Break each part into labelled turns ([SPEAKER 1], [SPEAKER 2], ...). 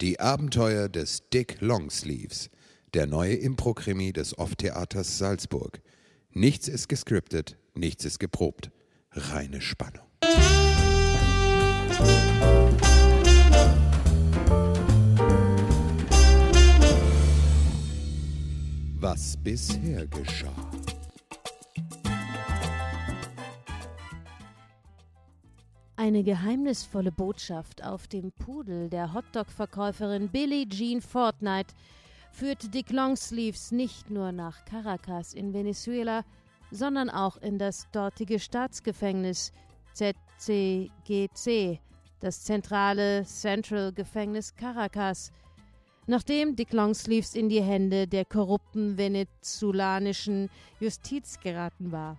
[SPEAKER 1] Die Abenteuer des Dick Longsleeves, der neue Impro-Krimi des Off-Theaters Salzburg. Nichts ist gescriptet, nichts ist geprobt. Reine Spannung. Was bisher geschah.
[SPEAKER 2] Eine geheimnisvolle Botschaft auf dem Pudel der Hotdog-Verkäuferin Billie Jean Fortnite führt Dick Longsleeves nicht nur nach Caracas in Venezuela, sondern auch in das dortige Staatsgefängnis ZCGC, das zentrale Central Gefängnis Caracas, nachdem Dick Longsleeves in die Hände der korrupten venezolanischen Justiz geraten war.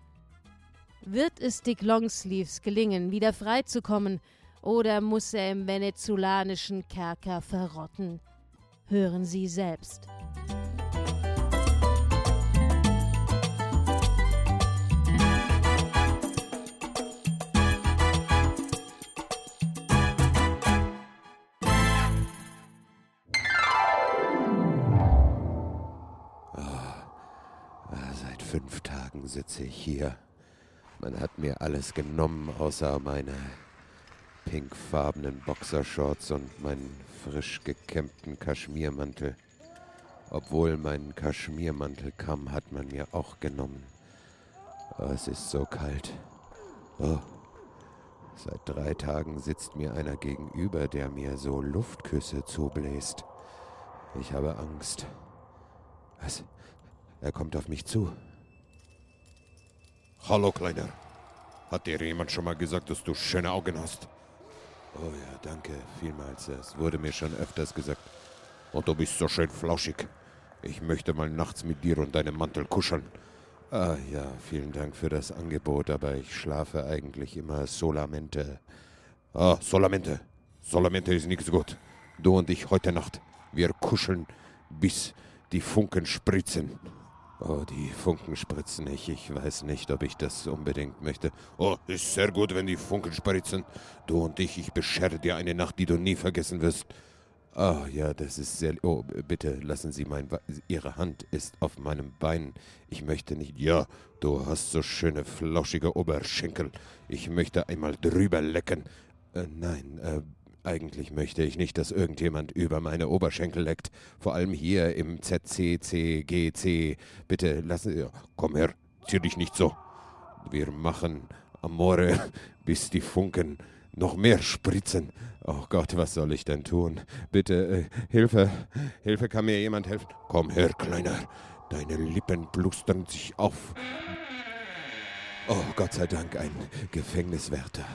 [SPEAKER 2] Wird es Dick Longsleeves gelingen, wieder freizukommen, oder muss er im venezolanischen Kerker verrotten? Hören Sie selbst.
[SPEAKER 1] Ah, Seit fünf Tagen sitze ich hier. Man hat mir alles genommen, außer meine pinkfarbenen Boxershorts und meinen frisch gekämmten Kaschmirmantel. Obwohl meinen Kaschmirmantel kam, hat man mir auch genommen. Oh, es ist so kalt. Oh. Seit drei Tagen sitzt mir einer gegenüber, der mir so Luftküsse zubläst. Ich habe Angst. Was? Er kommt auf mich zu.
[SPEAKER 3] Hallo, Kleiner. Hat dir jemand schon mal gesagt, dass du schöne Augen hast?
[SPEAKER 1] Oh ja, danke vielmals. Es wurde mir schon öfters gesagt.
[SPEAKER 3] Und Oh, du bist so schön flauschig. Ich möchte mal nachts mit dir und deinem Mantel kuscheln.
[SPEAKER 1] Ah ja, vielen Dank für das Angebot, aber ich schlafe eigentlich immer solamente.
[SPEAKER 3] Ah, Solamente. Solamente ist nichts gut. Du und ich heute Nacht. Wir kuscheln, bis die Funken spritzen.
[SPEAKER 1] Oh, die Funken spritzen nicht. Ich weiß nicht, ob ich das unbedingt möchte.
[SPEAKER 3] Oh, ist sehr gut, wenn die Funken spritzen. Du und ich, ich beschere dir eine Nacht, die du nie vergessen wirst.
[SPEAKER 1] Ah ja, das ist sehr. Oh, b- bitte lassen Sie mein. Wa- Ihre Hand ist auf meinem Bein. Ich möchte nicht.
[SPEAKER 3] Ja, du hast so schöne, flauschige Oberschenkel. Ich möchte einmal drüber lecken.
[SPEAKER 1] Äh, nein, äh, eigentlich möchte ich nicht, dass irgendjemand über meine Oberschenkel leckt. Vor allem hier im ZCCGC. Bitte lassen Sie.
[SPEAKER 3] Komm her, zieh dich nicht so. Wir machen Amore, bis die Funken noch mehr spritzen.
[SPEAKER 1] Oh Gott, was soll ich denn tun? Bitte, äh, Hilfe. Hilfe, kann mir jemand helfen?
[SPEAKER 3] Komm her, Kleiner. Deine Lippen blustern sich auf.
[SPEAKER 1] Oh, Gott sei Dank, ein Gefängniswärter.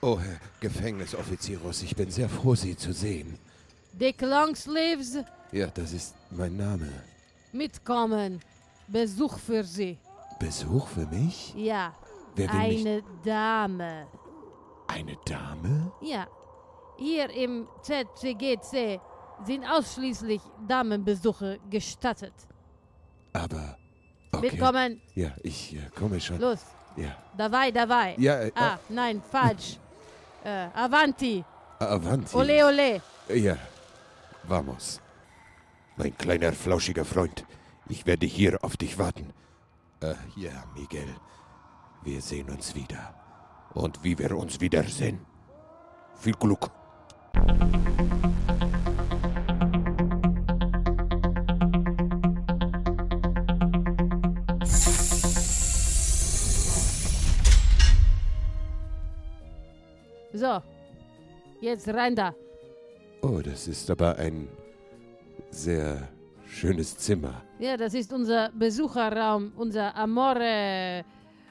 [SPEAKER 1] Oh, Herr Gefängnisoffizier Russ, ich bin sehr froh, Sie zu sehen.
[SPEAKER 2] Dick Longsleeves,
[SPEAKER 1] Ja, das ist mein Name.
[SPEAKER 2] mitkommen. Besuch für Sie.
[SPEAKER 1] Besuch für mich?
[SPEAKER 2] Ja,
[SPEAKER 1] Wer will mich?
[SPEAKER 2] eine Dame.
[SPEAKER 1] Eine Dame?
[SPEAKER 2] Ja, hier im ZCGC sind ausschließlich Damenbesuche gestattet.
[SPEAKER 1] Aber. Okay.
[SPEAKER 2] Mitkommen,
[SPEAKER 1] Ja, ich äh, komme schon.
[SPEAKER 2] los,
[SPEAKER 1] Ja.
[SPEAKER 2] dabei, dabei.
[SPEAKER 1] Ja, äh,
[SPEAKER 2] Ah, nein, falsch. äh, avanti,
[SPEAKER 1] äh, Avanti.
[SPEAKER 2] ole ole.
[SPEAKER 1] Ja. Vamos.
[SPEAKER 3] Mein kleiner, flauschiger Freund, ich werde hier auf dich warten.
[SPEAKER 1] Äh, ja, Miguel. Wir sehen uns wieder.
[SPEAKER 3] Und wie wir uns wiedersehen. Viel Glück.
[SPEAKER 2] So, jetzt rein da.
[SPEAKER 1] Oh, das ist aber ein sehr schönes Zimmer.
[SPEAKER 2] Ja, das ist unser Besucherraum, unser Amore,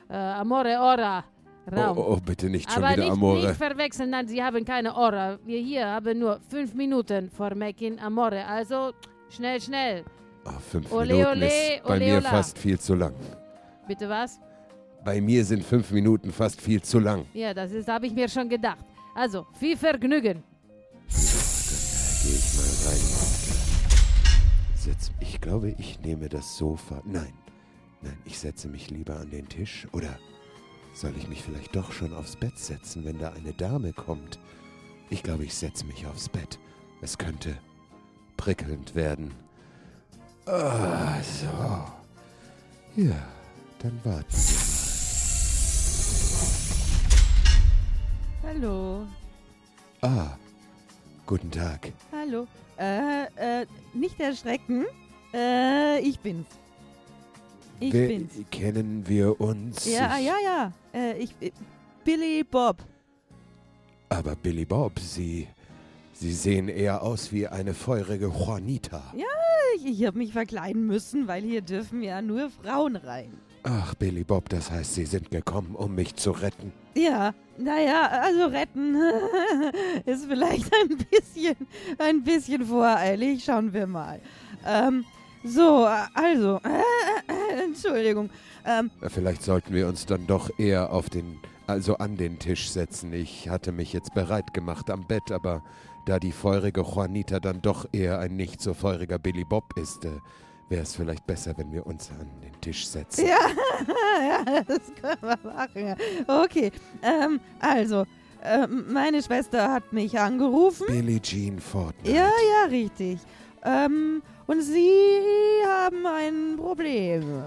[SPEAKER 2] äh, Amore Ora
[SPEAKER 1] Oh,
[SPEAKER 2] Raum.
[SPEAKER 1] oh, oh, bitte nicht schon
[SPEAKER 2] Genau. Aber
[SPEAKER 1] wieder
[SPEAKER 2] nicht,
[SPEAKER 1] Amore.
[SPEAKER 2] nicht verwechseln, nein, Sie haben keine Ora. Wir hier haben nur fünf Minuten vor Making Amore. Also schnell, schnell.
[SPEAKER 1] Ah, fünf
[SPEAKER 2] Ole,
[SPEAKER 1] Minuten
[SPEAKER 2] ole,
[SPEAKER 1] ist bei
[SPEAKER 2] ole,
[SPEAKER 1] mir
[SPEAKER 2] ola.
[SPEAKER 1] fast viel zu lang.
[SPEAKER 2] Bitte was?
[SPEAKER 1] Bei mir sind fünf Minuten fast viel zu lang.
[SPEAKER 2] Ja, das ist, habe ich mir schon gedacht. Also, viel Vergnügen.
[SPEAKER 1] Geh ich mal rein. Setz, ich glaube, ich nehme das Sofa. Nein, nein, ich setze mich lieber an den Tisch. Oder soll ich mich vielleicht doch schon aufs Bett setzen, wenn da eine Dame kommt? Ich glaube, ich setze mich aufs Bett. Es könnte prickelnd werden. Ah, so. Ja, dann warten wir.
[SPEAKER 4] Hallo.
[SPEAKER 1] Ah, guten Tag.
[SPEAKER 4] Hallo. Äh, äh, nicht erschrecken. Äh, ich bin's. Ich
[SPEAKER 1] Wir-
[SPEAKER 4] bin's.
[SPEAKER 1] Kennen wir uns?
[SPEAKER 4] Ja, ah,
[SPEAKER 1] Ich-
[SPEAKER 4] ja, ja. Äh, ich, äh, Billy Bob.
[SPEAKER 1] Aber Billy Bob, Sie, Sie sehen eher aus wie eine feurige Juanita.
[SPEAKER 4] Ja. Ich, ich habe mich verkleiden müssen, weil hier dürfen ja nur Frauen rein.
[SPEAKER 1] Ach, Billy Bob, das heißt, Sie sind gekommen, um mich zu retten.
[SPEAKER 4] Ja, naja, also retten ist vielleicht ein bisschen, ein bisschen voreilig. Schauen wir mal. Ähm, so, äh, also, Entschuldigung. Ähm,
[SPEAKER 1] Äh, Vielleicht sollten wir uns dann doch eher auf den, also an den Tisch setzen. Ich hatte mich jetzt bereit gemacht am Bett, aber da die feurige Juanita dann doch eher ein nicht so feuriger Billy Bob ist, äh, wäre es vielleicht besser, wenn wir uns an den Tisch setzen.
[SPEAKER 4] Ja, ja, das können wir machen. Okay, ähm, also, ähm, meine Schwester hat mich angerufen.
[SPEAKER 1] Billie Jean Fortnite.
[SPEAKER 4] Ja, ja, richtig. Ähm, und Sie haben ein Problem.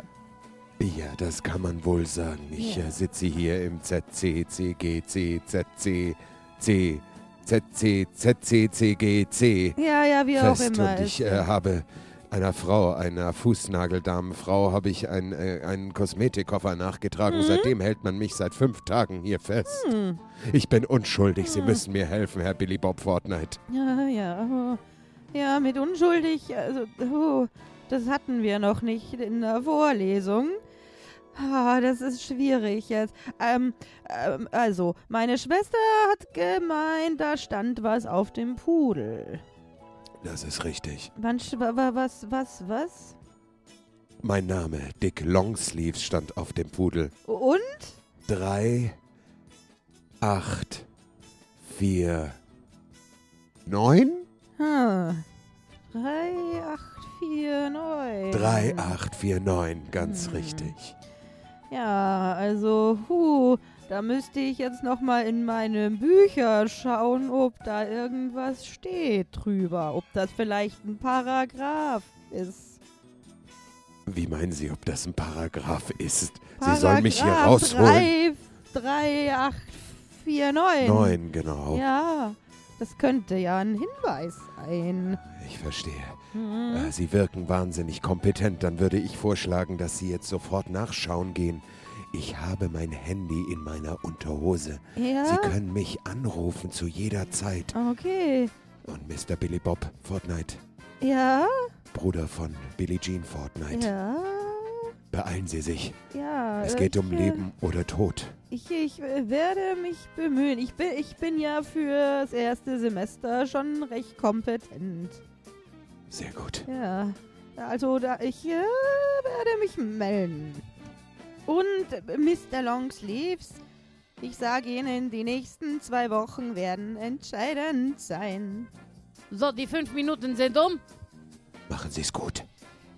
[SPEAKER 1] Ja, das kann man wohl sagen. Ich
[SPEAKER 4] Ja.
[SPEAKER 1] äh, sitze hier im ZC, CG, C, ZC, C, ZC, ZC, CG, C
[SPEAKER 4] Ja, ja, wie auch
[SPEAKER 1] fest
[SPEAKER 4] immer.
[SPEAKER 1] und ich
[SPEAKER 4] es-
[SPEAKER 1] äh, habe einer Frau, einer Fußnageldamenfrau, habe ich ein, äh, einen Kosmetikkoffer nachgetragen. Seitdem hält man mich seit fünf Tagen hier fest.
[SPEAKER 4] Mhm. Hm.
[SPEAKER 1] Ich bin unschuldig. Sie müssen mir helfen, Herr Billy Bob Fortnite.
[SPEAKER 4] Ja, ja. oh. Ja, mit unschuldig, also, oh, das hatten wir noch nicht in der Vorlesung. Ah, das ist schwierig jetzt. Ähm, ähm, also, meine Schwester hat gemeint, da stand was auf dem Pudel.
[SPEAKER 1] Das ist richtig.
[SPEAKER 4] Wann, sch- wa- wa- was, was, was?
[SPEAKER 1] Mein Name, Dick Longsleeves, stand auf dem Pudel.
[SPEAKER 4] Und?
[SPEAKER 1] Drei, acht, vier, neun?
[SPEAKER 4] Hm. 3, 8, 4, 9.
[SPEAKER 1] Drei, acht, vier, neun. Ganz richtig.
[SPEAKER 4] Ja, also, huh, da müsste ich jetzt nochmal in meine Bücher schauen, ob da irgendwas steht drüber. Ob das vielleicht ein Paragraph ist.
[SPEAKER 1] Wie meinen Sie, ob das ein Paragraph ist? Sie sollen mich hier rausholen.
[SPEAKER 4] 3, 3, 8, 4, 9.
[SPEAKER 1] Neun, genau.
[SPEAKER 4] Ja, das könnte ja ein Hinweis sein.
[SPEAKER 1] Ich verstehe.
[SPEAKER 4] Hm.
[SPEAKER 1] Äh, Sie wirken wahnsinnig kompetent. Dann würde ich vorschlagen, dass Sie jetzt sofort nachschauen gehen. Ich habe mein Handy in meiner Unterhose. Sie
[SPEAKER 4] Ja,
[SPEAKER 1] können mich anrufen zu jeder Zeit.
[SPEAKER 4] okay.
[SPEAKER 1] Und Mr. Billy Bob Fortnite,
[SPEAKER 4] Ja,
[SPEAKER 1] Bruder von Billie Jean Fortnite,
[SPEAKER 4] ja,
[SPEAKER 1] beeilen Sie sich.
[SPEAKER 4] ja.
[SPEAKER 1] Es
[SPEAKER 4] äh,
[SPEAKER 1] geht
[SPEAKER 4] ich,
[SPEAKER 1] um
[SPEAKER 4] äh,
[SPEAKER 1] Leben oder Tod.
[SPEAKER 4] Ich, ich äh, werde mich bemühen. Ich bin, ich bin ja fürs erste Semester schon recht kompetent.
[SPEAKER 1] Sehr gut.
[SPEAKER 4] Ja. Also da, ich äh, werde mich melden. Und äh, Mr. Longsleeves, ich sage Ihnen, die nächsten zwei Wochen werden entscheidend sein.
[SPEAKER 2] So, die fünf Minuten sind um.
[SPEAKER 1] Machen Sie es gut.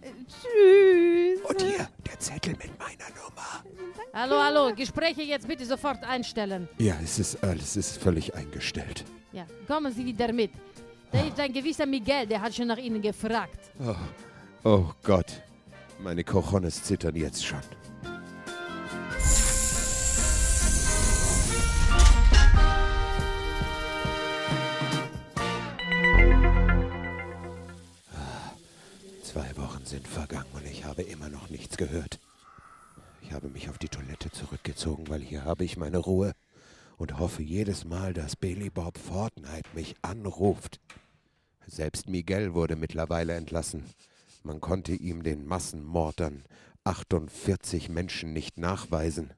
[SPEAKER 4] Äh, Tschüss.
[SPEAKER 1] Und hier der Zettel mit meiner Nummer.
[SPEAKER 2] Hallo, hallo, Gespräche jetzt bitte sofort einstellen.
[SPEAKER 1] Ja, es ist alles ist völlig eingestellt.
[SPEAKER 2] Ja, kommen Sie wieder mit. Da ist ein gewisser Miguel, der hat schon nach Ihnen gefragt.
[SPEAKER 1] Oh, oh Gott. Meine Cojones zittern jetzt schon. Zwei Wochen sind vergangen und ich habe immer noch nichts gehört. Ich habe mich auf die Toilette zurückgezogen, weil hier habe ich meine Ruhe und hoffe jedes Mal, dass Billy Bob Fortnite mich anruft. Selbst Miguel wurde mittlerweile entlassen. Man konnte ihm den Massenmord an 48 Menschen nicht nachweisen,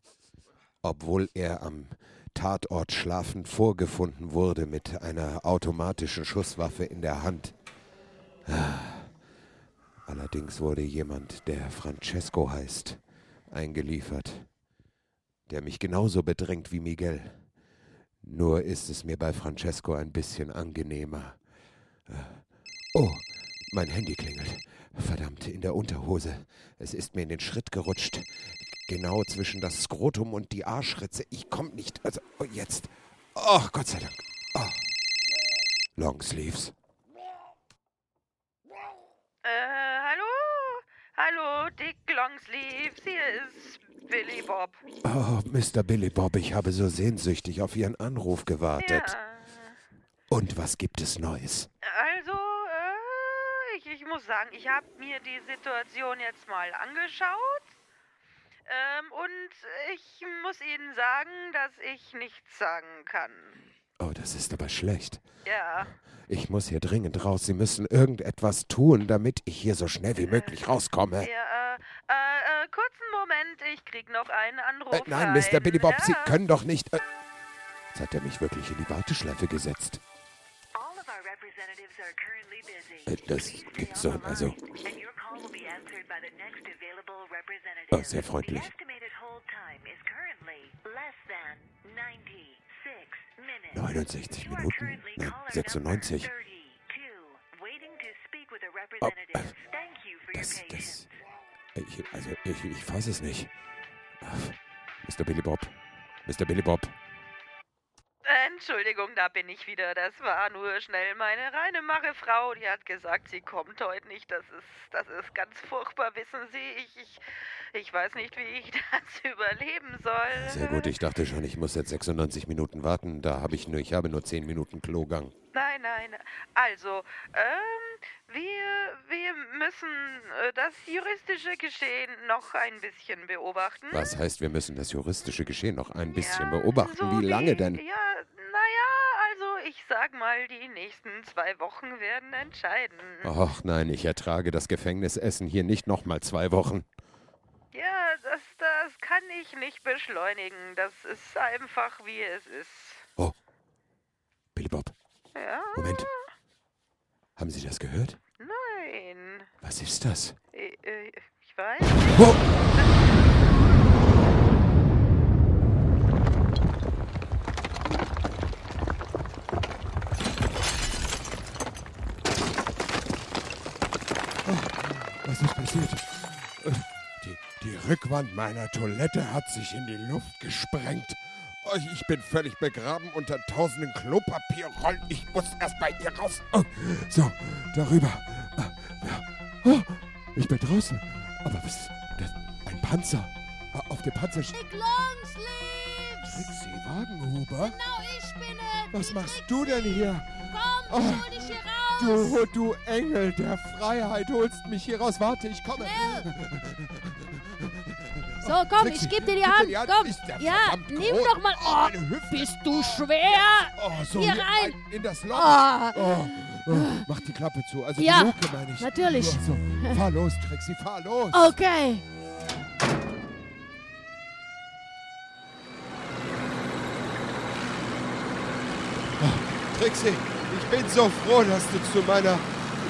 [SPEAKER 1] obwohl er am Tatort schlafend vorgefunden wurde mit einer automatischen Schusswaffe in der Hand. Ah. Allerdings wurde jemand, der Francesco heißt, eingeliefert, der mich genauso bedrängt wie Miguel. Nur ist es mir bei Francesco ein bisschen angenehmer. Äh, Oh, mein Handy klingelt. Verdammt, in der Unterhose. Es ist mir in den Schritt gerutscht. Genau zwischen das Skrotum und die Arschritze. Ich komm nicht. Also, oh, jetzt. Oh, Gott sei Dank. Oh. Longsleeves.
[SPEAKER 4] Äh, Dick Longsleeves, hier ist Billy Bob.
[SPEAKER 1] Oh, Mr. Billy Bob, ich habe so sehnsüchtig auf Ihren Anruf gewartet.
[SPEAKER 4] Ja.
[SPEAKER 1] Und was gibt es Neues?
[SPEAKER 4] Also, äh, ich, ich muss sagen, ich habe mir die Situation jetzt mal angeschaut. Ähm, und ich muss Ihnen sagen, dass ich nichts sagen kann.
[SPEAKER 1] Oh, das ist aber schlecht.
[SPEAKER 4] Ja.
[SPEAKER 1] Ich muss hier dringend raus. Sie müssen irgendetwas tun, damit ich hier so schnell wie möglich rauskomme.
[SPEAKER 4] Ja, äh, äh, äh, kurzen Moment, ich krieg noch einen Anruf.
[SPEAKER 1] Äh, nein,
[SPEAKER 4] rein.
[SPEAKER 1] Mr. Billy Bob,
[SPEAKER 4] ja.
[SPEAKER 1] Sie können doch nicht. Äh, jetzt hat er mich wirklich in die Warteschleife gesetzt.
[SPEAKER 5] All of our representatives are currently busy.
[SPEAKER 1] Äh, das
[SPEAKER 5] Please stay
[SPEAKER 1] gibt's
[SPEAKER 5] on
[SPEAKER 1] doch,
[SPEAKER 5] the
[SPEAKER 1] also-
[SPEAKER 5] line, and your call will be answered by the next available representative.
[SPEAKER 1] Oh, sehr freundlich.
[SPEAKER 5] The estimated hold time is currently less than 96 minutes.
[SPEAKER 1] 69
[SPEAKER 5] You are
[SPEAKER 1] Minuten?
[SPEAKER 5] currently
[SPEAKER 1] Nein,
[SPEAKER 5] caller
[SPEAKER 1] 96.
[SPEAKER 5] number 32, waiting to speak with a representative. Thank you for your
[SPEAKER 1] Das,
[SPEAKER 5] patience.
[SPEAKER 1] das. Ich, also, ich, ich weiß es nicht. Ach, Mr. Billy Bob. Mr. Billy Bob.
[SPEAKER 4] Entschuldigung, da bin ich wieder. Das war nur schnell meine reine Mache-Frau. Die hat gesagt, sie kommt heute nicht. Das ist, das ist ganz furchtbar, wissen Sie. Ich, ich, ich weiß nicht, wie ich das überleben soll.
[SPEAKER 1] Sehr gut, ich dachte schon, ich muss jetzt 96 Minuten warten. Da habe ich nur, ich habe nur 10 Minuten Klogang.
[SPEAKER 4] Nein, nein. Also, ähm, wir, wir müssen äh, das juristische Geschehen noch ein bisschen beobachten.
[SPEAKER 1] Was heißt, wir müssen das juristische Geschehen noch ein bisschen
[SPEAKER 4] Ja,
[SPEAKER 1] beobachten?
[SPEAKER 4] so
[SPEAKER 1] Wie lange denn?
[SPEAKER 4] Ja, naja, also ich sag mal, die nächsten zwei Wochen werden entscheiden.
[SPEAKER 1] Och nein, ich ertrage das Gefängnisessen hier nicht nochmal zwei Wochen.
[SPEAKER 4] Ja, das, das kann ich nicht beschleunigen. Das ist einfach, wie es ist.
[SPEAKER 1] Oh. Billy Bob,
[SPEAKER 4] Ja,
[SPEAKER 1] Moment. Haben Sie das gehört?
[SPEAKER 4] nein.
[SPEAKER 1] Was ist das?
[SPEAKER 4] Äh, äh, Ich weiß.
[SPEAKER 1] Was ist passiert? Die, die Rückwand meiner Toilette hat sich in die Luft gesprengt. Oh, Ich bin völlig begraben unter tausenden Klopapierrollen. Ich muss erst bei ihr raus. Oh, So, darüber. Ah, ja. Oh, Ich bin draußen. Aber was ist das? Ein Panzer. Ah, Auf dem Panzer steht
[SPEAKER 2] Dick Longsleeves!
[SPEAKER 1] Trixie Wagenhuber.
[SPEAKER 2] Genau, ich bin es!
[SPEAKER 1] Was machst du Oh. denn hier?
[SPEAKER 2] Komm, ich hol dich hier raus!
[SPEAKER 1] Du, du Engel der Freiheit, holst mich hier raus. Warte, ich komme.
[SPEAKER 2] So, komm,
[SPEAKER 1] Trixie,
[SPEAKER 2] ich geb dir
[SPEAKER 1] gib
[SPEAKER 2] die
[SPEAKER 1] mir
[SPEAKER 2] Hand.
[SPEAKER 1] die Hand.
[SPEAKER 2] Komm.
[SPEAKER 1] Ist der
[SPEAKER 2] Ja,
[SPEAKER 1] verdammt
[SPEAKER 2] nimm
[SPEAKER 1] groß.
[SPEAKER 2] doch mal.
[SPEAKER 1] Oh,
[SPEAKER 2] Oh,
[SPEAKER 1] meine Hüfte.
[SPEAKER 2] bist du schwer?
[SPEAKER 1] Oh, so
[SPEAKER 2] Hier
[SPEAKER 1] hier,
[SPEAKER 2] rein.
[SPEAKER 1] rein. In das Loch.
[SPEAKER 2] Ah.
[SPEAKER 1] Oh, oh, mach die Klappe zu. Also
[SPEAKER 2] Ja,
[SPEAKER 1] die Luke meine ich.
[SPEAKER 2] natürlich. Oh.
[SPEAKER 1] So, so. Fahr los, Trixie, fahr los.
[SPEAKER 2] Okay.
[SPEAKER 1] Trixie, ich bin so froh, dass du zu meiner,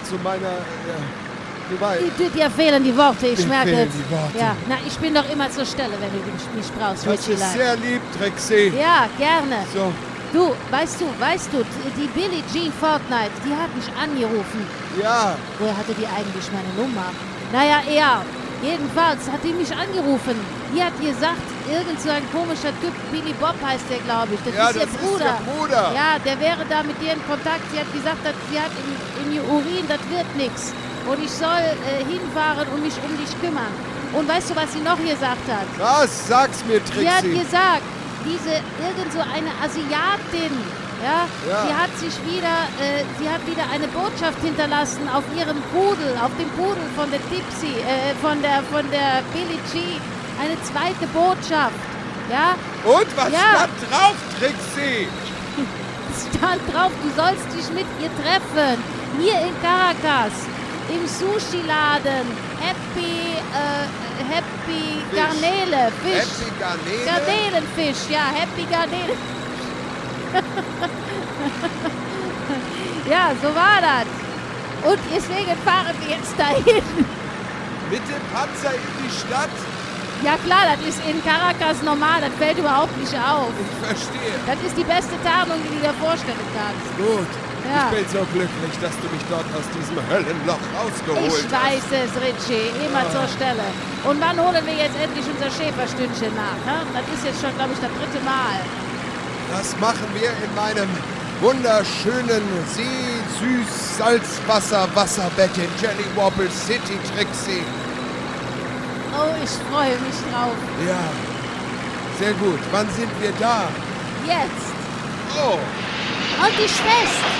[SPEAKER 1] zu meiner, äh, du weißt.
[SPEAKER 2] Dir- Dir fehlen die Worte, ich
[SPEAKER 1] Mir
[SPEAKER 2] merke
[SPEAKER 1] fehlen
[SPEAKER 2] es.
[SPEAKER 1] die Worte.
[SPEAKER 2] Ja, na, ich bin doch immer zur Stelle, wenn du mich mich brauchst,
[SPEAKER 1] Das
[SPEAKER 2] Richie
[SPEAKER 1] ist
[SPEAKER 2] Light.
[SPEAKER 1] sehr lieb, Trixie.
[SPEAKER 2] Ja, gerne.
[SPEAKER 1] So,
[SPEAKER 2] Du, weißt du, weißt du, die Billie Jean Fortnite, die hat mich angerufen.
[SPEAKER 1] ja.
[SPEAKER 2] Woher hatte die eigentlich meine Nummer? Naja, er. Jedenfalls hat die mich angerufen. Die hat gesagt, irgend so ein komischer Typ, Billy Bob heißt der, glaube ich. Das
[SPEAKER 1] Ja,
[SPEAKER 2] ist
[SPEAKER 1] das
[SPEAKER 2] ihr
[SPEAKER 1] ist
[SPEAKER 2] Bruder.
[SPEAKER 1] der Bruder.
[SPEAKER 2] Ja, der wäre da mit dir in Kontakt. Sie hat gesagt, dass sie hat in, in ihr Urin, das wird nichts. Und ich soll äh, hinfahren und mich um dich kümmern. Und weißt du, was sie noch gesagt hat?
[SPEAKER 1] Was? Sag's mir,
[SPEAKER 2] Sie hat
[SPEAKER 1] Trixie.
[SPEAKER 2] gesagt, diese irgend so eine Asiatin, ja,
[SPEAKER 1] Ja.
[SPEAKER 2] sie hat sich wieder, äh, sie hat wieder eine Botschaft hinterlassen auf ihrem Pudel, auf dem Pudel von der Tipsy, äh, von der von der Billie G, eine zweite Botschaft, ja,
[SPEAKER 1] Und was
[SPEAKER 2] Ja.
[SPEAKER 1] stand drauf, Trixie?
[SPEAKER 2] stand drauf, du sollst dich mit ihr treffen, hier in Caracas, im Sushi-Laden, Happy, äh, Happy
[SPEAKER 1] Fisch.
[SPEAKER 2] Garnele, Fisch.
[SPEAKER 1] Happy Garnelen.
[SPEAKER 2] Garnelenfisch, ja, Happy Garnelen. ja, so war das. Und deswegen fahren wir jetzt dahin.
[SPEAKER 1] Mit dem Panzer in die Stadt?
[SPEAKER 2] Ja klar, das ist in Caracas normal, das fällt überhaupt nicht auf.
[SPEAKER 1] Ich verstehe.
[SPEAKER 2] Das ist die beste Tarnung, die du dir vorstellen kannst.
[SPEAKER 1] Gut.
[SPEAKER 2] Ja.
[SPEAKER 1] Ich bin so glücklich, dass du mich dort aus diesem Höllenloch rausgeholt
[SPEAKER 2] Ich
[SPEAKER 1] hast.
[SPEAKER 2] weiß es, Richie, immer zur Stelle. Und wann holen wir jetzt endlich unser Schäferstündchen nach? hä? Das ist jetzt schon, glaube ich, das dritte Mal.
[SPEAKER 1] Das machen wir in meinem wunderschönen See-Süß-Salzwasser-Wasserbett in Jelly Wobble City, Trixie.
[SPEAKER 2] Oh, ich freue mich drauf.
[SPEAKER 3] Ja. Sehr gut. Wann sind wir da?
[SPEAKER 2] Jetzt.
[SPEAKER 3] Oh.
[SPEAKER 2] Und die Schwester.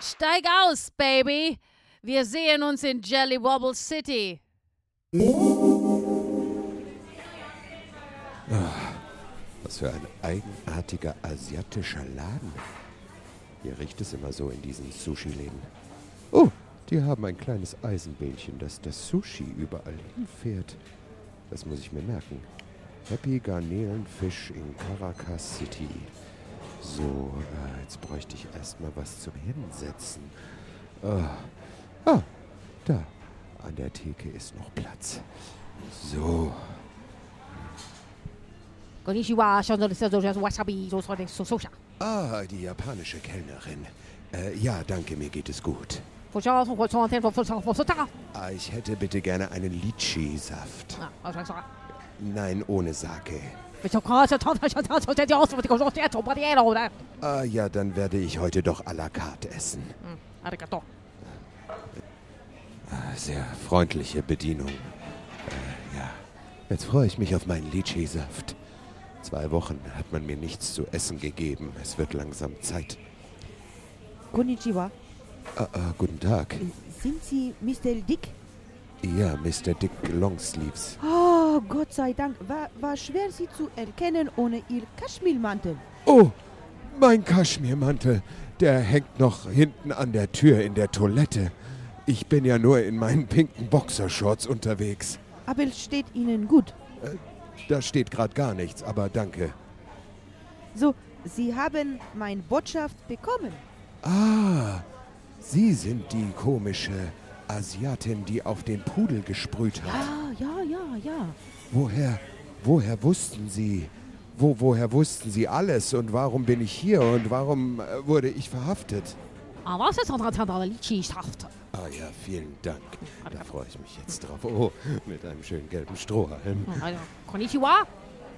[SPEAKER 2] Steig aus, Baby. Wir sehen uns in Jelly Wobble City.
[SPEAKER 1] Was für ein eigenartiger asiatischer Laden. Hier riecht es immer so in diesen Sushi-Läden. Oh, die haben ein kleines Eisenbähnchen, das das Sushi überall hinfährt. Das muss ich mir merken. Happy Garnelenfisch in Caracas City. So, äh, jetzt bräuchte ich erstmal was zum Hinsetzen. Ah, ah, da. An der Theke ist noch Platz. So.
[SPEAKER 2] Konnichiwa, Wasabi, Sosha.
[SPEAKER 1] Ah, die japanische Kellnerin. Äh, ja, danke, mir geht es gut. Ah, ich hätte bitte gerne einen Litchi-Saft. Nein, ohne Sake. Ah, ja, dann werde ich heute doch à la carte essen. Sehr freundliche Bedienung. Äh, ja, jetzt freue ich mich auf meinen Litchi-Saft. Zwei Wochen hat man mir nichts zu essen gegeben. Es wird langsam Zeit.
[SPEAKER 4] Konnichiwa.
[SPEAKER 1] Ah, ah, guten Tag.
[SPEAKER 4] Sind Sie Mr. Dick?
[SPEAKER 1] Ja, Mr. Dick Longsleeves.
[SPEAKER 4] Oh, Gott sei Dank. War, war schwer, Sie zu erkennen ohne Ihr Kaschmirmantel.
[SPEAKER 1] Oh, mein Kaschmirmantel. Der hängt noch hinten an der Tür in der Toilette. Ich bin ja nur in meinen pinken Boxershorts unterwegs.
[SPEAKER 4] Aber es steht Ihnen gut.
[SPEAKER 1] Da steht gerade gar nichts, aber danke.
[SPEAKER 4] So, Sie haben meine Botschaft bekommen.
[SPEAKER 1] Ah, Sie sind die komische Asiatin, die auf den Pudel gesprüht hat.
[SPEAKER 4] Ah, ja, ja, ja.
[SPEAKER 1] Woher, woher wussten Sie? Wo, woher wussten Sie alles? Und warum bin ich hier? Und warum äh, wurde ich verhaftet?
[SPEAKER 2] Oh,
[SPEAKER 1] Ah ja, vielen Dank. Da freue ich mich jetzt drauf. Oh, mit einem schönen gelben Strohhalm.
[SPEAKER 2] Konnichiwa.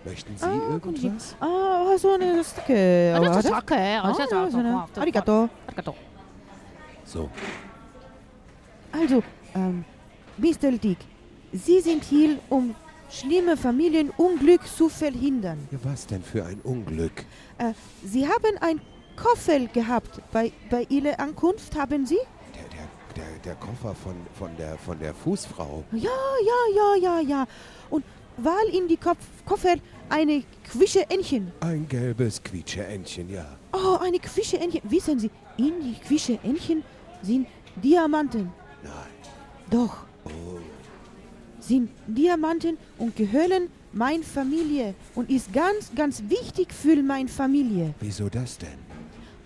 [SPEAKER 1] Möchten Sie irgendwas?
[SPEAKER 6] Ah, so eine Stücke.
[SPEAKER 2] Ah,
[SPEAKER 6] oder?
[SPEAKER 2] das ist okay. Ah, das ist
[SPEAKER 6] Ah,
[SPEAKER 2] auch
[SPEAKER 6] so eine-
[SPEAKER 4] genau.
[SPEAKER 2] okay.
[SPEAKER 6] Arigato.
[SPEAKER 2] Arigato.
[SPEAKER 1] So,
[SPEAKER 4] Also, ähm, Mr. Dick, Sie sind hier, um schlimme Familienunglück zu verhindern.
[SPEAKER 1] ja, was denn für ein Unglück?
[SPEAKER 4] Äh, Sie haben ein Koffer gehabt. Bei, bei Ihrer Ankunft haben Sie?
[SPEAKER 1] Der, der, der, der Koffer von, von, der, von der Fußfrau.
[SPEAKER 4] Ja, ja, ja, ja, ja. Und weil in die Kopf Koffer eine Quische Entchen.
[SPEAKER 1] Ein gelbes Quietscheentchen, ja.
[SPEAKER 4] Oh, eine Quische Entchen. Wissen Sie, in die Quische Entchen sind Diamanten.
[SPEAKER 1] Nein.
[SPEAKER 4] Doch,
[SPEAKER 1] Oh,
[SPEAKER 4] sind Diamanten und gehören mein Familie und ist ganz, ganz wichtig für meine Familie,
[SPEAKER 1] wieso das denn?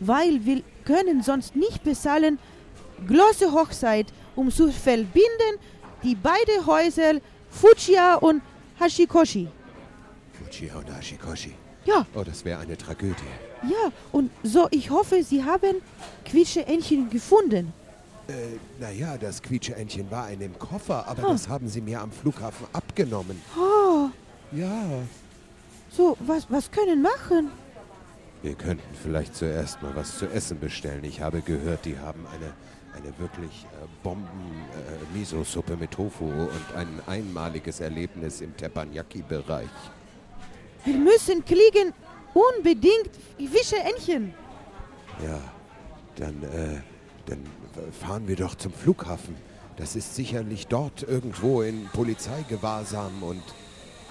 [SPEAKER 4] weil wir können sonst nicht bezahlen große Hochzeit, um zu verbinden die beiden Häuser Fuchia und Hashikoshi.
[SPEAKER 1] Fuji und Ashikoshi.
[SPEAKER 4] Ja,
[SPEAKER 1] Oh, das wäre eine Tragödie.
[SPEAKER 4] Ja, und so, ich hoffe, Sie haben Quietscheentchen gefunden.
[SPEAKER 1] Äh, naja, das Quietscheentchen war in dem Koffer, aber das haben sie mir am Flughafen abgenommen.
[SPEAKER 4] Oh,
[SPEAKER 1] Ja.
[SPEAKER 4] so, was, was können machen?
[SPEAKER 1] Wir könnten vielleicht zuerst mal was zu essen bestellen. Ich habe gehört, die haben eine, eine wirklich äh, Bomben-Miso-Suppe mit Tofu und ein einmaliges Erlebnis im Teppanyaki-Bereich.
[SPEAKER 4] Wir müssen kriegen unbedingt Quietscheentchen.
[SPEAKER 1] Ja, dann, äh, dann fahren wir doch zum Flughafen. Das ist sicherlich dort irgendwo in Polizeigewahrsam und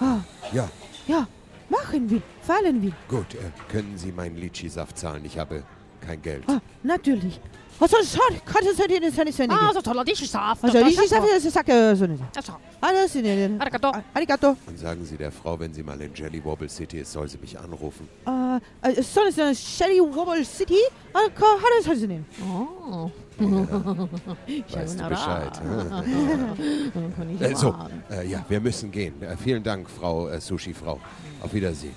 [SPEAKER 4] Ah,
[SPEAKER 1] ja,
[SPEAKER 4] ja, machen wir, fallen wir.
[SPEAKER 1] gut. Äh, können Sie meinen Litschi-Saft zahlen? Ich habe kein Geld.
[SPEAKER 4] Ah, natürlich. Also, sorry, kann ich nicht, kann ich nicht.
[SPEAKER 2] Ah, so toller Dischsaft.
[SPEAKER 4] Also, ich sage, das ist Sacke, so nicht.
[SPEAKER 2] Arigato.
[SPEAKER 4] Alles in den.
[SPEAKER 2] Arigato.
[SPEAKER 4] Arigato.
[SPEAKER 1] Und sagen Sie der Frau, wenn sie mal in Jelly Wobble City ist, soll sie mich anrufen.
[SPEAKER 4] Äh, äh, so ist eine Sherry Wobble City. Alles in den.
[SPEAKER 2] Oh,
[SPEAKER 1] Weißt du
[SPEAKER 2] Sayonara.
[SPEAKER 1] Bescheid? hä?
[SPEAKER 2] Konnichiwa.
[SPEAKER 1] Äh,
[SPEAKER 3] Also,
[SPEAKER 1] so, äh, ja, wir müssen gehen. Äh, vielen Dank, Frau äh, Sushi-Frau. Auf Wiedersehen.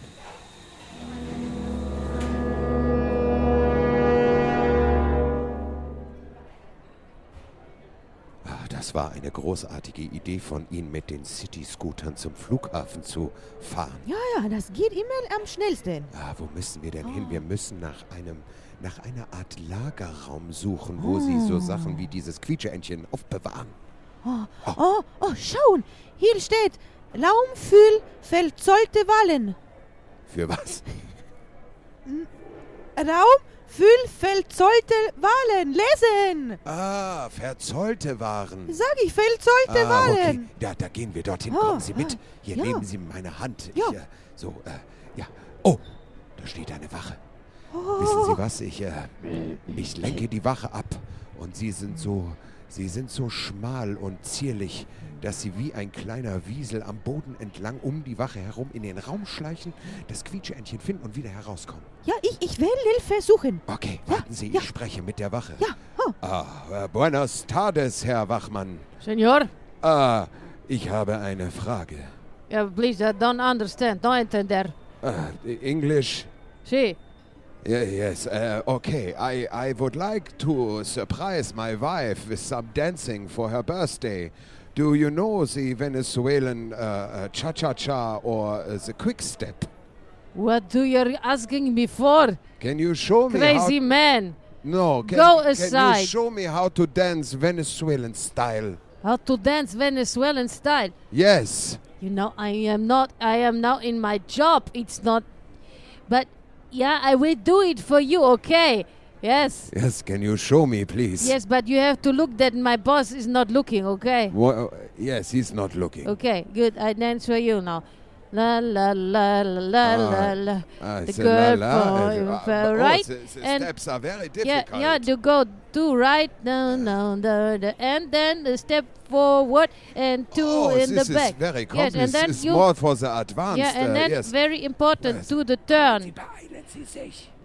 [SPEAKER 1] Ah, das
[SPEAKER 3] Das war eine großartige Idee von Ihnen, mit den City-Scootern zum Flughafen zu fahren.
[SPEAKER 6] Ja, ja, das geht immer am schnellsten.
[SPEAKER 3] Ah, wo müssen wir denn hin? Wir müssen nach einem nach einer Art Lagerraum suchen, wo sie so Sachen wie dieses Quietscheentchen aufbewahren.
[SPEAKER 6] Oh, oh, schauen. Hier steht Raumfüll verzollte Wallen.
[SPEAKER 3] Für was?
[SPEAKER 6] Raumfüll verzollte Wallen. Lesen.
[SPEAKER 3] Ah, verzollte Waren.
[SPEAKER 6] Sag ich, verzollte
[SPEAKER 3] Ah, okay.
[SPEAKER 6] Wallen.
[SPEAKER 3] Da, da gehen wir dorthin.
[SPEAKER 6] Ah,
[SPEAKER 3] Kommen Sie mit.
[SPEAKER 6] ah,
[SPEAKER 3] Hier
[SPEAKER 6] ja.
[SPEAKER 3] nehmen Sie meine Hand.
[SPEAKER 6] Ja.
[SPEAKER 3] Ich, äh, so, äh, ja. Oh, da steht eine Wache. Wissen
[SPEAKER 6] Oh.
[SPEAKER 3] Sie was? Ich, äh, ich lenke die Wache ab. Und Sie sind so, Sie sind so schmal und zierlich, dass Sie wie ein kleiner Wiesel am Boden entlang um die Wache herum in den Raum schleichen, das Quietscheentchen finden und wieder herauskommen.
[SPEAKER 6] Ja, ich, ich will Hilfe suchen.
[SPEAKER 3] Okay,
[SPEAKER 6] Ja,
[SPEAKER 3] warten Sie,
[SPEAKER 6] ja.
[SPEAKER 3] ich spreche mit der Wache.
[SPEAKER 6] Ja, oh,
[SPEAKER 3] Ah, äh, buenas tardes, Herr Wachmann.
[SPEAKER 2] Senor,
[SPEAKER 3] Ah, ich habe eine Frage.
[SPEAKER 2] yeah, please, I don't understand. Don't entender.
[SPEAKER 3] Uh, English?
[SPEAKER 2] See,
[SPEAKER 3] Yeah, yes. Uh, okay, I, I would like to surprise my wife with some dancing for her birthday. Do you know the Venezuelan uh, uh, cha cha cha or uh, the quick step?
[SPEAKER 2] what do you asking me for?
[SPEAKER 3] Can you show me?
[SPEAKER 2] Crazy
[SPEAKER 3] How,
[SPEAKER 2] man.
[SPEAKER 3] no, can,
[SPEAKER 2] Go
[SPEAKER 3] Can you
[SPEAKER 2] aside.
[SPEAKER 3] show me how to dance Venezuelan style?
[SPEAKER 2] How to dance Venezuelan style.
[SPEAKER 3] Yes.
[SPEAKER 2] You know, I am not, I am now in my job. It's not, but yeah, I will do it for you, okay? Yes.
[SPEAKER 3] Yes, can you show me, please?
[SPEAKER 2] Yes, but you have to look that my boss is not looking, okay?
[SPEAKER 3] Wha- uh, yes, he's not looking.
[SPEAKER 2] Okay, good. I dance for you now. La la la la la la. la.
[SPEAKER 3] Ah,
[SPEAKER 2] The
[SPEAKER 3] so
[SPEAKER 2] girl
[SPEAKER 3] la, la,
[SPEAKER 2] for-
[SPEAKER 3] and, uh,
[SPEAKER 2] for
[SPEAKER 3] but-
[SPEAKER 2] right
[SPEAKER 3] Oh, the, the
[SPEAKER 2] and-
[SPEAKER 3] steps are very
[SPEAKER 2] Yeah,
[SPEAKER 3] difficult.
[SPEAKER 2] yeah. To go do right, no, no, the, the, and then the step forward and two
[SPEAKER 3] oh,
[SPEAKER 2] in
[SPEAKER 3] this
[SPEAKER 2] the
[SPEAKER 3] is
[SPEAKER 2] back.
[SPEAKER 3] very complex.
[SPEAKER 2] yes, and then
[SPEAKER 3] it's
[SPEAKER 2] you.
[SPEAKER 3] more for the advanced.
[SPEAKER 2] yeah, and
[SPEAKER 3] uh,
[SPEAKER 2] then
[SPEAKER 3] yes.
[SPEAKER 2] very important,
[SPEAKER 3] Yes.
[SPEAKER 2] do the turn.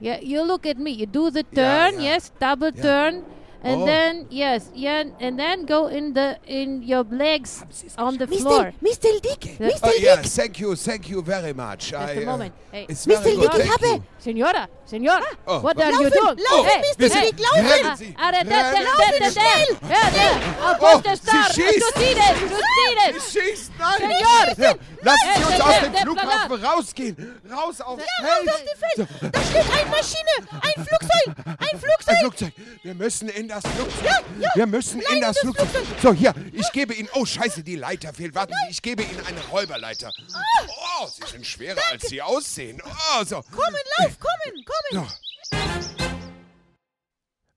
[SPEAKER 2] Yeah, you look at me. You do the turn,
[SPEAKER 3] yeah.
[SPEAKER 2] yes, double
[SPEAKER 3] Yeah.
[SPEAKER 2] turn, and
[SPEAKER 3] Oh.
[SPEAKER 2] then yes, yeah, and then go in the in your legs on the
[SPEAKER 6] Mr.
[SPEAKER 2] floor.
[SPEAKER 6] Mr. Dick.
[SPEAKER 2] Ja.
[SPEAKER 6] Mr.
[SPEAKER 3] Oh,
[SPEAKER 6] Dick.
[SPEAKER 3] yes, thank you, thank you very much.
[SPEAKER 2] Just
[SPEAKER 3] I,
[SPEAKER 2] a moment.
[SPEAKER 3] Uh,
[SPEAKER 2] Hey,
[SPEAKER 3] it's
[SPEAKER 6] Mr.
[SPEAKER 3] very good,
[SPEAKER 6] Dick,
[SPEAKER 3] thank
[SPEAKER 6] habe-
[SPEAKER 3] you.
[SPEAKER 2] Senora, Senora,
[SPEAKER 3] Oh,
[SPEAKER 2] what
[SPEAKER 3] was-
[SPEAKER 2] are you
[SPEAKER 6] Laufen,
[SPEAKER 2] doing?
[SPEAKER 6] laufen,
[SPEAKER 2] hey,
[SPEAKER 6] Mr. Dick, laufen!
[SPEAKER 2] Ah,
[SPEAKER 3] Sie,
[SPEAKER 2] ah, da, da, da,
[SPEAKER 3] rennen
[SPEAKER 2] da, da,
[SPEAKER 3] Sie
[SPEAKER 2] da. Ja, da, auf
[SPEAKER 3] Oh,
[SPEAKER 2] der
[SPEAKER 3] sie
[SPEAKER 2] Star, du
[SPEAKER 3] schießt.
[SPEAKER 2] siehst, du
[SPEAKER 3] Ich
[SPEAKER 2] siehst.
[SPEAKER 3] schieß, nein!
[SPEAKER 2] Senor!
[SPEAKER 3] Ja, lassen Sie
[SPEAKER 2] Hey,
[SPEAKER 3] uns
[SPEAKER 2] der-
[SPEAKER 3] aus
[SPEAKER 2] der-
[SPEAKER 3] dem
[SPEAKER 2] der
[SPEAKER 3] Flughafen rausgehen! Raus aufs Feld!
[SPEAKER 6] Da steht eine Maschine, ein Flugzeug, ein
[SPEAKER 3] Ein
[SPEAKER 6] Flugzeug.
[SPEAKER 3] Flugzeug. Wir müssen in das Flugzeug. Wir müssen in das Flugzeug. So, hier, ich gebe Ihnen. Oh, scheiße, die Leiter fehlt. Warten Sie, ich gebe Ihnen eine Räuberleiter.
[SPEAKER 6] Ah.
[SPEAKER 3] Oh, sie sind schwerer, als sie aussehen. Oh, so.
[SPEAKER 6] Kommen, lauf, kommen, kommen.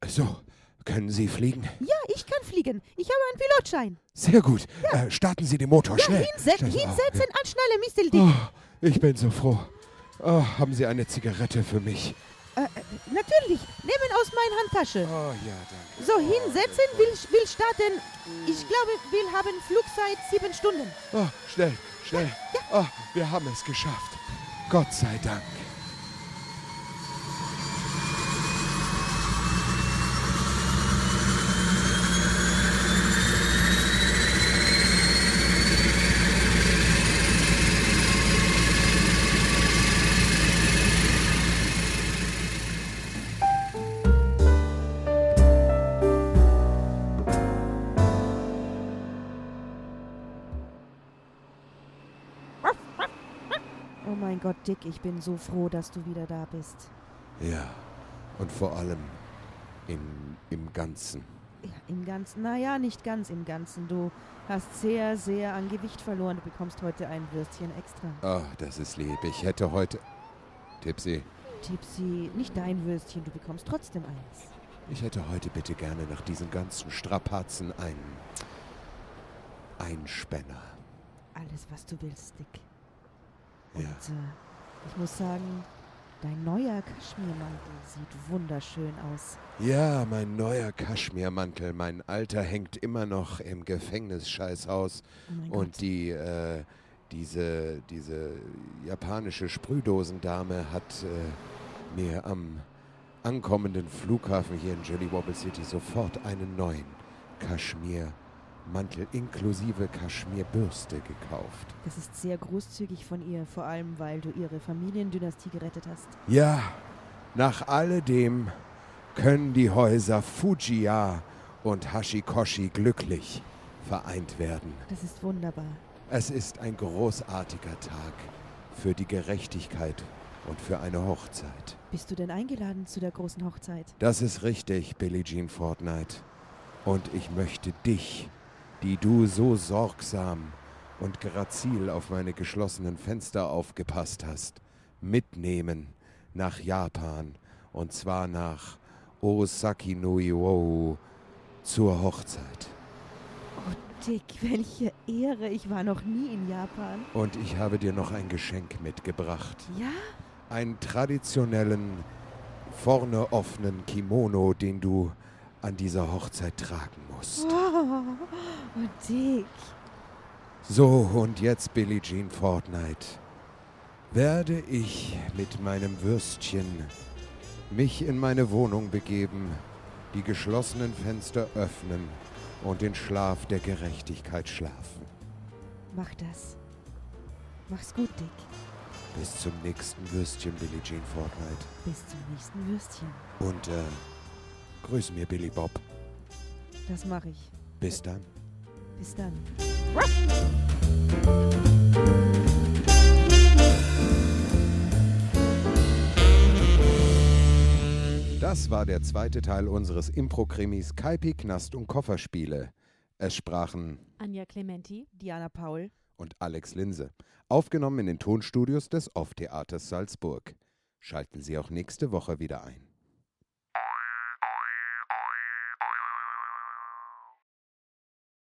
[SPEAKER 3] So. So, können Sie fliegen?
[SPEAKER 6] Ja, ich kann fliegen. Ich habe einen Pilotschein.
[SPEAKER 3] Sehr gut. Äh, starten Sie den Motor, schnell.
[SPEAKER 6] Hinset,
[SPEAKER 3] Schnell. ah,
[SPEAKER 6] hinsetzen, anschnallen, Mr. Dick.
[SPEAKER 3] Oh, ich bin so froh. Oh, haben Sie eine Zigarette für mich?
[SPEAKER 6] Äh, äh,
[SPEAKER 3] Hm.
[SPEAKER 6] natürlich, nehmen aus meiner Handtasche.
[SPEAKER 3] Oh, ja, danke.
[SPEAKER 6] So, hinsetzen, will, will starten. Ich glaube, wir haben Flugzeit sieben Stunden.
[SPEAKER 3] Oh, schnell, schnell. Oh, wir haben es geschafft. Gott sei Dank.
[SPEAKER 6] Oh mein Gott, Dick, ich bin so froh, dass du wieder da bist.
[SPEAKER 3] Ja, und vor allem im, im Ganzen.
[SPEAKER 6] Ja, Im Ganzen, naja, nicht ganz im Ganzen. Du hast sehr, sehr an Gewicht verloren. Du bekommst heute ein Würstchen extra.
[SPEAKER 3] Oh, das ist lieb. Ich hätte heute. Tipsy,
[SPEAKER 6] Tipsy, nicht dein Würstchen, du bekommst trotzdem eins.
[SPEAKER 3] ich hätte heute bitte gerne nach diesen ganzen Strapazen einen. Einspänner.
[SPEAKER 6] Alles, was du willst, Dick. Und
[SPEAKER 3] Ja.
[SPEAKER 6] äh, ich muss sagen, dein neuer Kaschmirmantel sieht wunderschön aus.
[SPEAKER 3] ja, mein neuer Kaschmirmantel, mein alter hängt immer noch im Gefängnisscheißhaus.
[SPEAKER 6] Oh mein
[SPEAKER 3] Und
[SPEAKER 6] Gott.
[SPEAKER 3] die, äh, diese, diese japanische Sprühdosendame hat äh, mir am ankommenden Flughafen hier in Jelly Wobble City sofort einen neuen Kaschmirmantel inklusive Kaschmirbürste gekauft.
[SPEAKER 6] Das ist sehr großzügig von ihr, vor allem weil du ihre Familiendynastie gerettet hast.
[SPEAKER 3] Ja, nach alledem können die Häuser Fujiya und Hashikoshi glücklich vereint werden.
[SPEAKER 6] Das ist wunderbar.
[SPEAKER 3] Es ist ein großartiger Tag für die Gerechtigkeit und für eine Hochzeit.
[SPEAKER 6] Bist du denn eingeladen zu der großen Hochzeit?
[SPEAKER 3] Das ist richtig, Billie Jean Fortnite. Und ich möchte dich, die du so sorgsam und grazil auf meine geschlossenen Fenster aufgepasst hast, mitnehmen nach Japan und zwar nach Osaki no Iwou zur Hochzeit.
[SPEAKER 6] Dick, welche Ehre. Ich war noch nie in Japan.
[SPEAKER 3] Und ich habe dir noch ein Geschenk mitgebracht.
[SPEAKER 6] Ja?
[SPEAKER 3] Einen traditionellen, vorne offenen Kimono, den du an dieser Hochzeit tragen musst.
[SPEAKER 6] Oh, oh Dick.
[SPEAKER 3] So, und jetzt Billie Jean Fortnite. Werde ich mit meinem Würstchen mich in meine Wohnung begeben, die geschlossenen Fenster öffnen und den Schlaf der Gerechtigkeit schlafen.
[SPEAKER 6] Mach das. Mach's gut, Dick.
[SPEAKER 3] Bis zum nächsten Würstchen, Billie Jean Fortnite.
[SPEAKER 6] Bis zum nächsten Würstchen.
[SPEAKER 3] Und äh, grüß mir, Billy Bob.
[SPEAKER 6] Das mache ich.
[SPEAKER 3] Bis dann.
[SPEAKER 6] Bis dann.
[SPEAKER 3] Das war der zweite Teil unseres Impro-Krimis Kaipi, Knast und Kofferspiele. Es sprachen
[SPEAKER 2] Anja Clementi.
[SPEAKER 6] Diana Paul.
[SPEAKER 3] und Alex Linse. Aufgenommen in den Tonstudios des Off-Theaters Salzburg. Schalten Sie auch nächste Woche wieder ein.